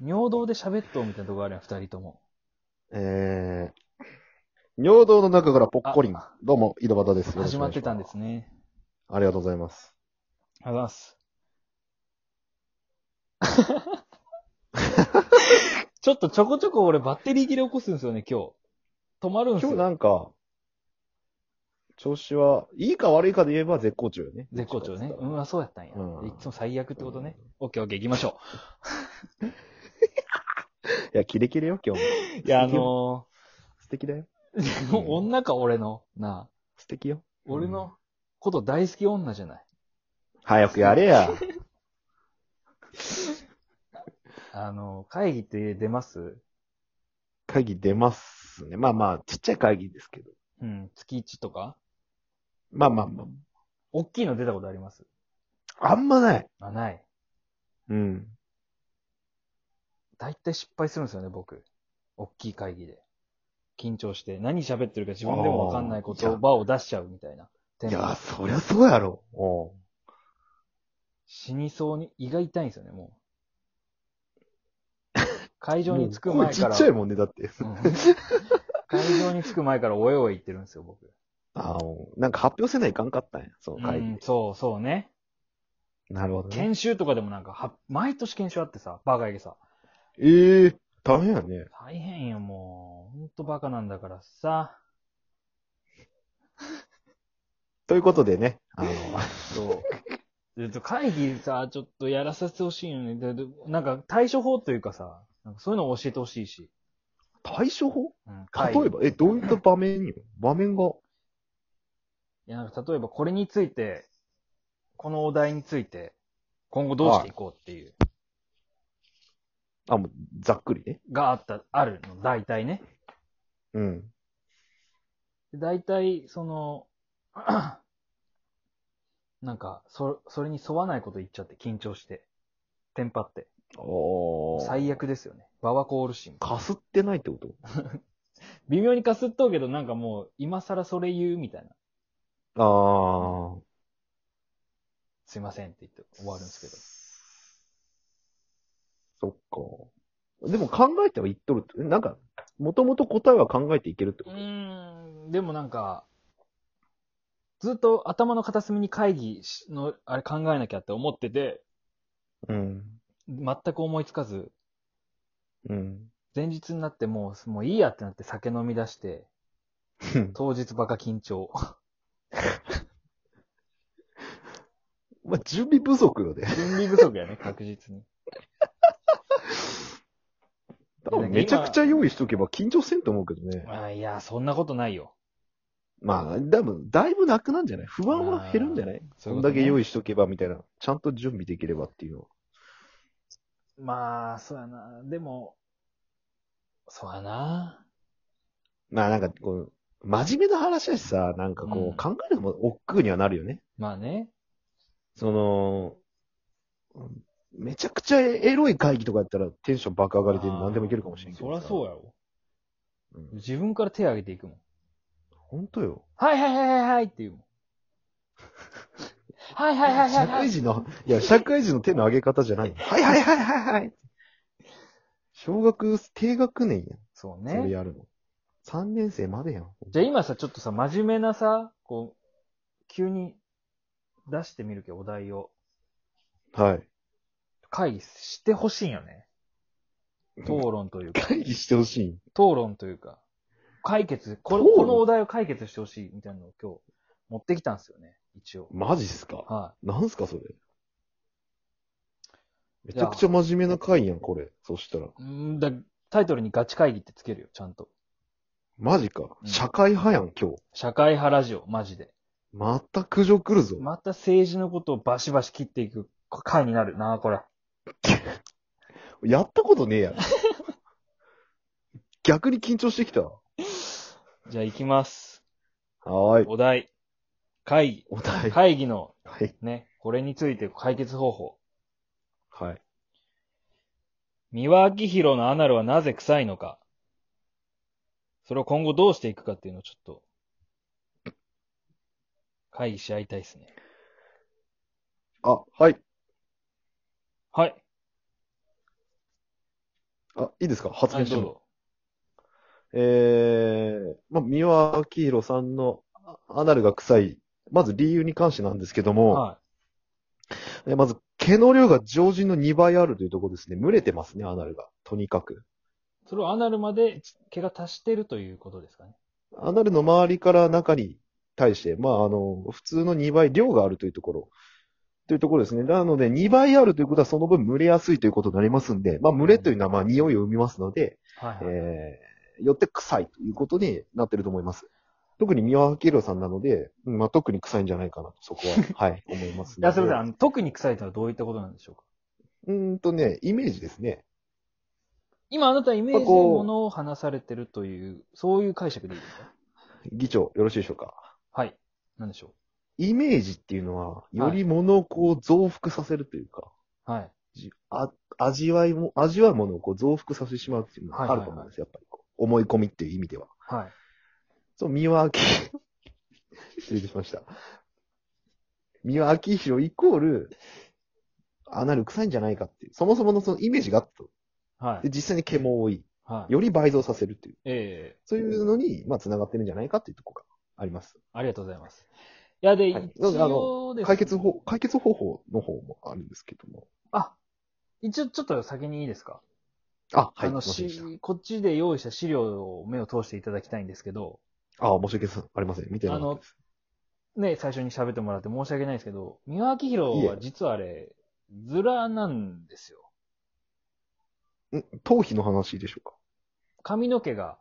尿道で喋っとうみたいなとこあるやん、二人とも。えー、尿道の中からぽっこりんあ。どうも、井戸端です。よろ始しくおまっ願いして。たんですすね。ありがとうございます。ありがとうございます。 ちょっとちょこちょこ俺バッテリー切れ起こすんですよね、今日。止まるんです今日よ。なんか、調子は、いいか悪いかで言えば絶好調よね。絶好調ね。うん、あ、そうやったんや。うんいつも最悪ってことね。オッケーオッケー行きましょいや、キレキレよ、今日も。う。いや、あの素敵だよ。ー、もう 女か俺の、なあ、素敵よ。俺のこと大好き女じゃない。早くやれや。あのー、会議って出ます会議出ますね。まあまあ、ちっちゃい会議ですけど。うん、月1とかまあまあま大きいの出たことありますあ、あんまない。あ、ない。うん。大体失敗するんですよね、僕。大きい会議で。緊張して。何喋ってるか自分でもわかんない言葉を出しちゃうみたいな。いテンポや、そりゃそうやろ。おう死にそうに、胃が痛いんですよね、も う。会場に着く前かもう声ら。ちっちゃいもんね、だって。うん会場に着く前からおえおえ言ってるんですよ、僕。あおなんか発表せないかんかったんや、そのう会議。ん、そうそうね。なるほど、ね。研修とかでもなんかは、毎年研修あってさ、バカやけさ。ええ大変やね。大変よ、もう。ほんとバカなんだからさ。ということでね、あ の、そう。えっと、会議さ、ちょっとやらさせてほしいよね。ででなんか対処法というかさ、なんかそういうのを教えてほしいし。対処法うん、会議例えば、え、どういった場面よ場面が。いや、なんか例えばこれについて、このお題について、今後どうしていこうっていう、あ、もう、ざっくりね。があった、あるの、大体ね。うん。で大体、その、 なんか、そ、それに沿わないこと言っちゃって、緊張して。テンパって。おー。最悪ですよね。バワコールシン。かすってないってこと微妙にかすっとうけど、なんかもう、今更それ言うみたいな。あー。すいませんって言って終わるんですけど。ど。そっか。でも考えてはいっとるって、なんか、もともと答えは考えていけるってこうと、ーん、でもなんか、ずっと頭の片隅に会議しの、あれ考えなきゃって思ってて、うん。全く思いつかず、うん。前日になってもう、もういいやってなって酒飲み出して、 当日バカ緊張。まあ、準備不足よね。準備不足や ね、確実に。多分めちゃくちゃ用意しとけば緊張せんと思うけどね。あいや、そんなことないよ。まあ、多分、だいぶなくなんじゃない不安は減るんじゃないそそんだけ用意。意しとけばみたいな。ちゃんと準備できればっていうのは。まあ、そうやな。でも、そうやな。まあなんか、こう、真面目な話だしさ、なんかうこんう、考えるのも億劫にはなるよね。まあね。その、うんめちゃくちゃエロい会議とかやったらテンション爆上がりで何でもいけるかもしれんけどそさ。りゃそうやろ。うん。自分から手挙げていくもん。ほんとよ。はいはいはいはいはいって言うも ん。はいはいはいは社い、は会い。人の、いや、社会人の手の上げ方じゃない。はいはいはいはいはい。小学、低学年やん。そうそれね。やるの。3年生までやん。じゃあ今さ、ちょっとさ、真面目なさ、こう、急に出してみるけど、お題を。はい。会議してほしいんよね。討論という か、会議してほしい。討論というか、解決、この討こ論のお題を解決してほしいみたいなのを今日持ってきたんですよね、一応。マジっすかはなんすかそれ。めちゃくちゃ真面目な会やん、これ。そしたら。い。んーだタイトルにガチ会議ってつけるよ、ちゃんと。マジか。うん社会派やん、今日。社会派ラジオ、マジで。また苦情来るぞ。また政治のことをバシバシ切っていく回になるな、これ。やったことね えやん。逆に緊張してきた。はじゃあ行きます。ーい。お題。会お題。議。はい。会議のはい。ね、これについて解決方法。はい。三輪明宏のアナルはなぜ臭いのか。それを今後どうしていくかっていうのをちょっと、会議し合いたいですね。あ、はい。はい。あ、いいですか発はい言どしてうも。ぞ。えー、まあ、三輪明宏さんのあアナルが臭い。まず理由に関してなんですけども、はえまず毛の量が常人の2倍あるというところですね。蒸れてますね、アナルが。とにかく。い。それをアナルまで毛が足してるということですかね。アナルの周りから中に対して、まあ、あの、普通の2倍量があるというところ。というところですね。なので、2倍あるということはその分蒸れやすいということになりますんで、まあ、蒸れというのはまあ、匂いを生みますので、はい、はい。えー、よって臭いということになってると思います。特に三輪明宏さんなので、うんまあ、特に臭いんじゃないかなと、そこは、はい、思います いね。や、すみませんあの。特に臭いというのはどういったことなんでしょうかうーんとね、イメージですね。今あなたはイメージのものを話されてるという、そういう解釈でいいですか議長、よろしいでしょうか。はい。なんでしょイメージっていうのは、よりものをこう増幅させるというか、うはい。じあ味わいも、味わうものをこう増幅させてしまうっていうのがあると思うんですよ、やっぱりこう。思い込みっていう意味では。はい。そう、三輪明、 失礼しました。三輪明宏イコール、アナル臭いんじゃないかっていう。そもそものそのイメージがあったと。はで、い。実際に毛も多い。はい。より倍増させるっていう。ええそういうのに、まあ、繋がってるんじゃないかっていうところがあります。ありがとうございます。いや、で、はい一応ですね解決方、解決方法の方もあるんですけども。あ、一応ちょっと先にいいですかあ、はい。あの、すいませんでしたし、こっちで用意した資料を目を通していただきたいんですけど、あ、申し訳ありません。見てあなかっのたです。、ね、最初に喋ってもらって申し訳ないですけど、三輪明宏は実はあれ、ズラなんですよ。ん頭皮の話でしょうか髪の毛が、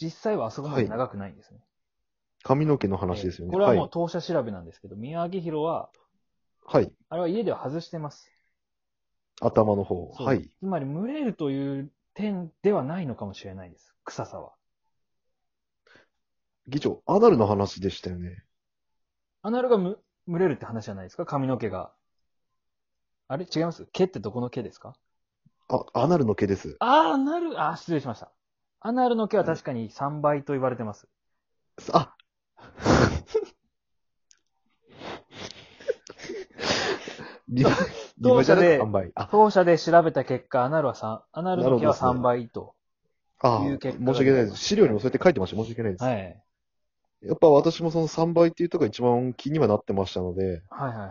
実際はあそこまで長くないんですね。髪の毛の話ですよえね。ーこれはもうい。当社調べなんですけど、三輪明宏は、はい。あれは家では外してます。頭の方。そうはい。つまり、蒸れるという点ではないのかもしれないです。臭さは。議長、アナルの話でしたよね。アナルがむ、蒸れるって話じゃないですか髪の毛が。あれ違います毛ってどこの毛ですかあ、アナルの毛です。あー、アナル、あー、失礼しました。アナルの毛は確かに3倍と言われてます。 あリバ、リバじゃなくてどう3倍。あ、当社で調べた結果、アナルは3、アナルの毛は3倍と。あいうー結申し果が訳ないです。資料にもそうやって書いてました。申し訳ないです。はい。やっぱ私もその3倍っていうとこが一番気にはなってましたので、はいはいはい。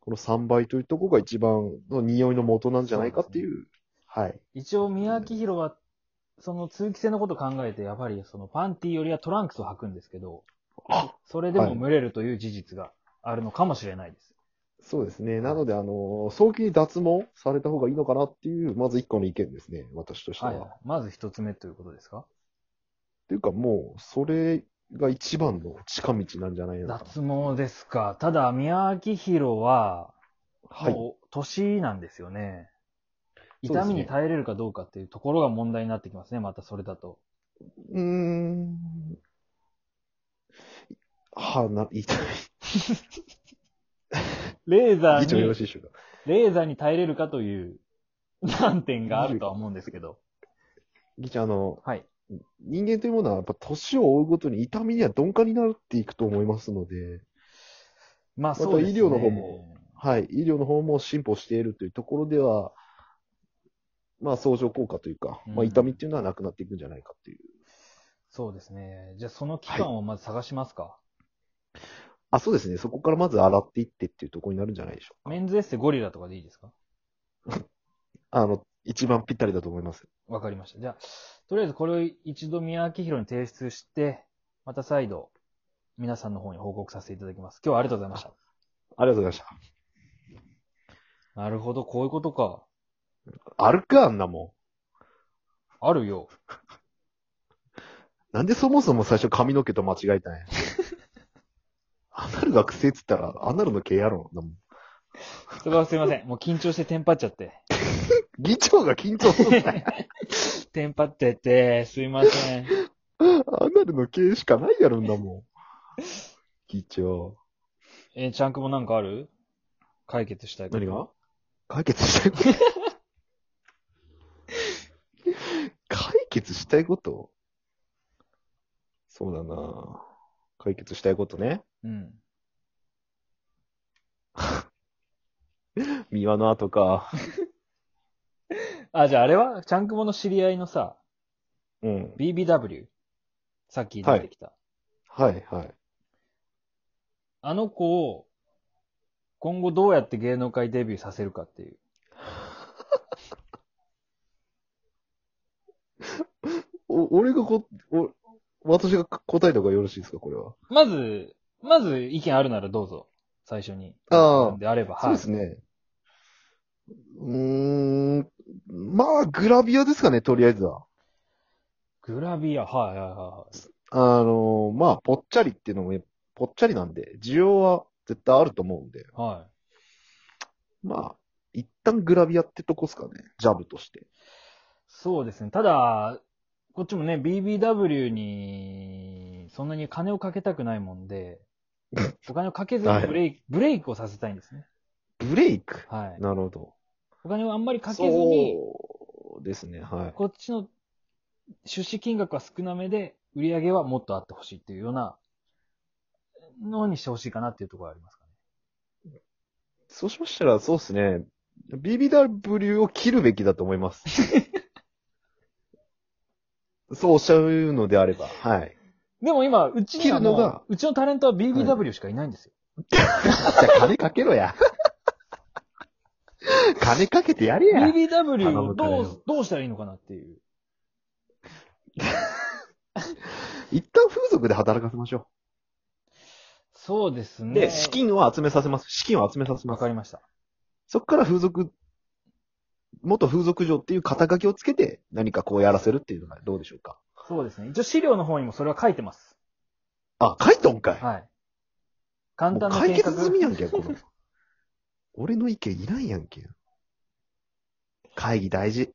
この3倍というとこが一番の匂いの元なんじゃないかっていう。はい。一応、宮城宏は、その通気性のことを考えて、やっぱりそのパンティよりはトランクスを履くんですけど、あそれでもはい蒸れるという事実があるのかもしれないです。そうですね。なので、あの、早期に脱毛された方がいいのかなっていう、まず一個の意見ですね。私としては。はい、はい。まず一つ目ということですかっていうかもう、それが一番の近道なんじゃないのかな。脱毛ですか。ただ、宮城宏は、はい。もう、年なんですよね。そうで痛すねみに耐えれるかどうかっていうところが問題になってきますね、またそれだと。うーん。は な、いい。レーザ議長よーろにし、いでしょうか。レーザーに耐えれるかという 難点があるとは思うんですけど。議長、あの、はい。人間というものはやっぱ年を追うごとに痛みには鈍化になっていくと思いますので、まあまたそうですね。医療の方も。はい、医療の方も進歩しているというところでは、まあ相乗効果というか、うんまあ痛みっていうのはなくなっていくんじゃないかっていう。そうですね。じゃあその期間をまず探しますか。あ、そうですね。そこからまず洗っていってっていうところになるんじゃないでしょうか。メンズエッセゴリラとかでいいですかあの、一番ぴったりだと思います。わかりました。じゃあ、とりあえずこれを一度宮明宏に提出して、また再度、皆さんの方に報告させていただきます。今日はありがとうございました。ありがとうございましなるほど、こういうことか。た。あるか、あんなもあるよ。ん。なんでそもそも最初髪の毛と間違えたんや。アナルが癖っつったら、アナルの毛やろ。だもんそれはすいません。もう緊張してテンパっちゃって。議長が緊張するんだよ。テンパってて、すいません。アナルの毛しかないやろんだもん。議長。 えー、ちゃんくもなんかある解決したいこと。解決したい こと解決したいことそうだなぁ解決したいことね。うん。三輪の後か。あ、じゃああれはチャンクモの知り合いのさ、うん。 BBW。さっき出てきた。はい、はい。あの子を、今後どうやって芸能界デビューさせるかっていう。お、俺がこ、お、私が答えた方がよろしいですか、これは。まず、まず意見あるならどうぞ。最初に。ああであれば、そうはい。ですね。うーん。まあ、グラビアですかね、とりあえずは。グラビア、はいはいはいはい。あの、まあ、ぽっちゃりっていうのも、ぽっちゃりなんで、需要は絶対あると思うんで。はまあ、一旦グラビアってとこっすかね。ジャブとして。い。そうですね。ただ、こっちもね、BBW に、そんなに金をかけたくないもん で、お金をかけずにブレイク、ブレイクをさせたいんですね。ブレイク。はい。なるほど。お金をあんまりかけずに、そうですね、はい。こっちの出資金額は少なめで、売り上げはもっとあってほしいっていうようなのにしてほしいかなっていうところはありますかね。そうしましたら、そうですね。BBW を切るべきだと思い ます。そうおっしゃるのであれば。はい。でも今、うちには切るのもがう、うちのタレントは BBW しかいないんですよ。じゃあ金かけろ や。金かけてやれや。 BBW をど頼むからう、どうしたらいいのかなっていう。一旦風俗で働かせましょそうですう。ね。で、資金を集めさせます。資金を集めさせまわすか。りました。そっから風俗、元風俗嬢っていう肩書きをつけて何かこうやらせるっていうのがどうでしょうか。そうですね。一応資料の方にもそれは書いてます。あ、書いとんかい。はい。簡もう単な解検決済み索。やんけ、この。俺の意見いらんやんけ。会議大事。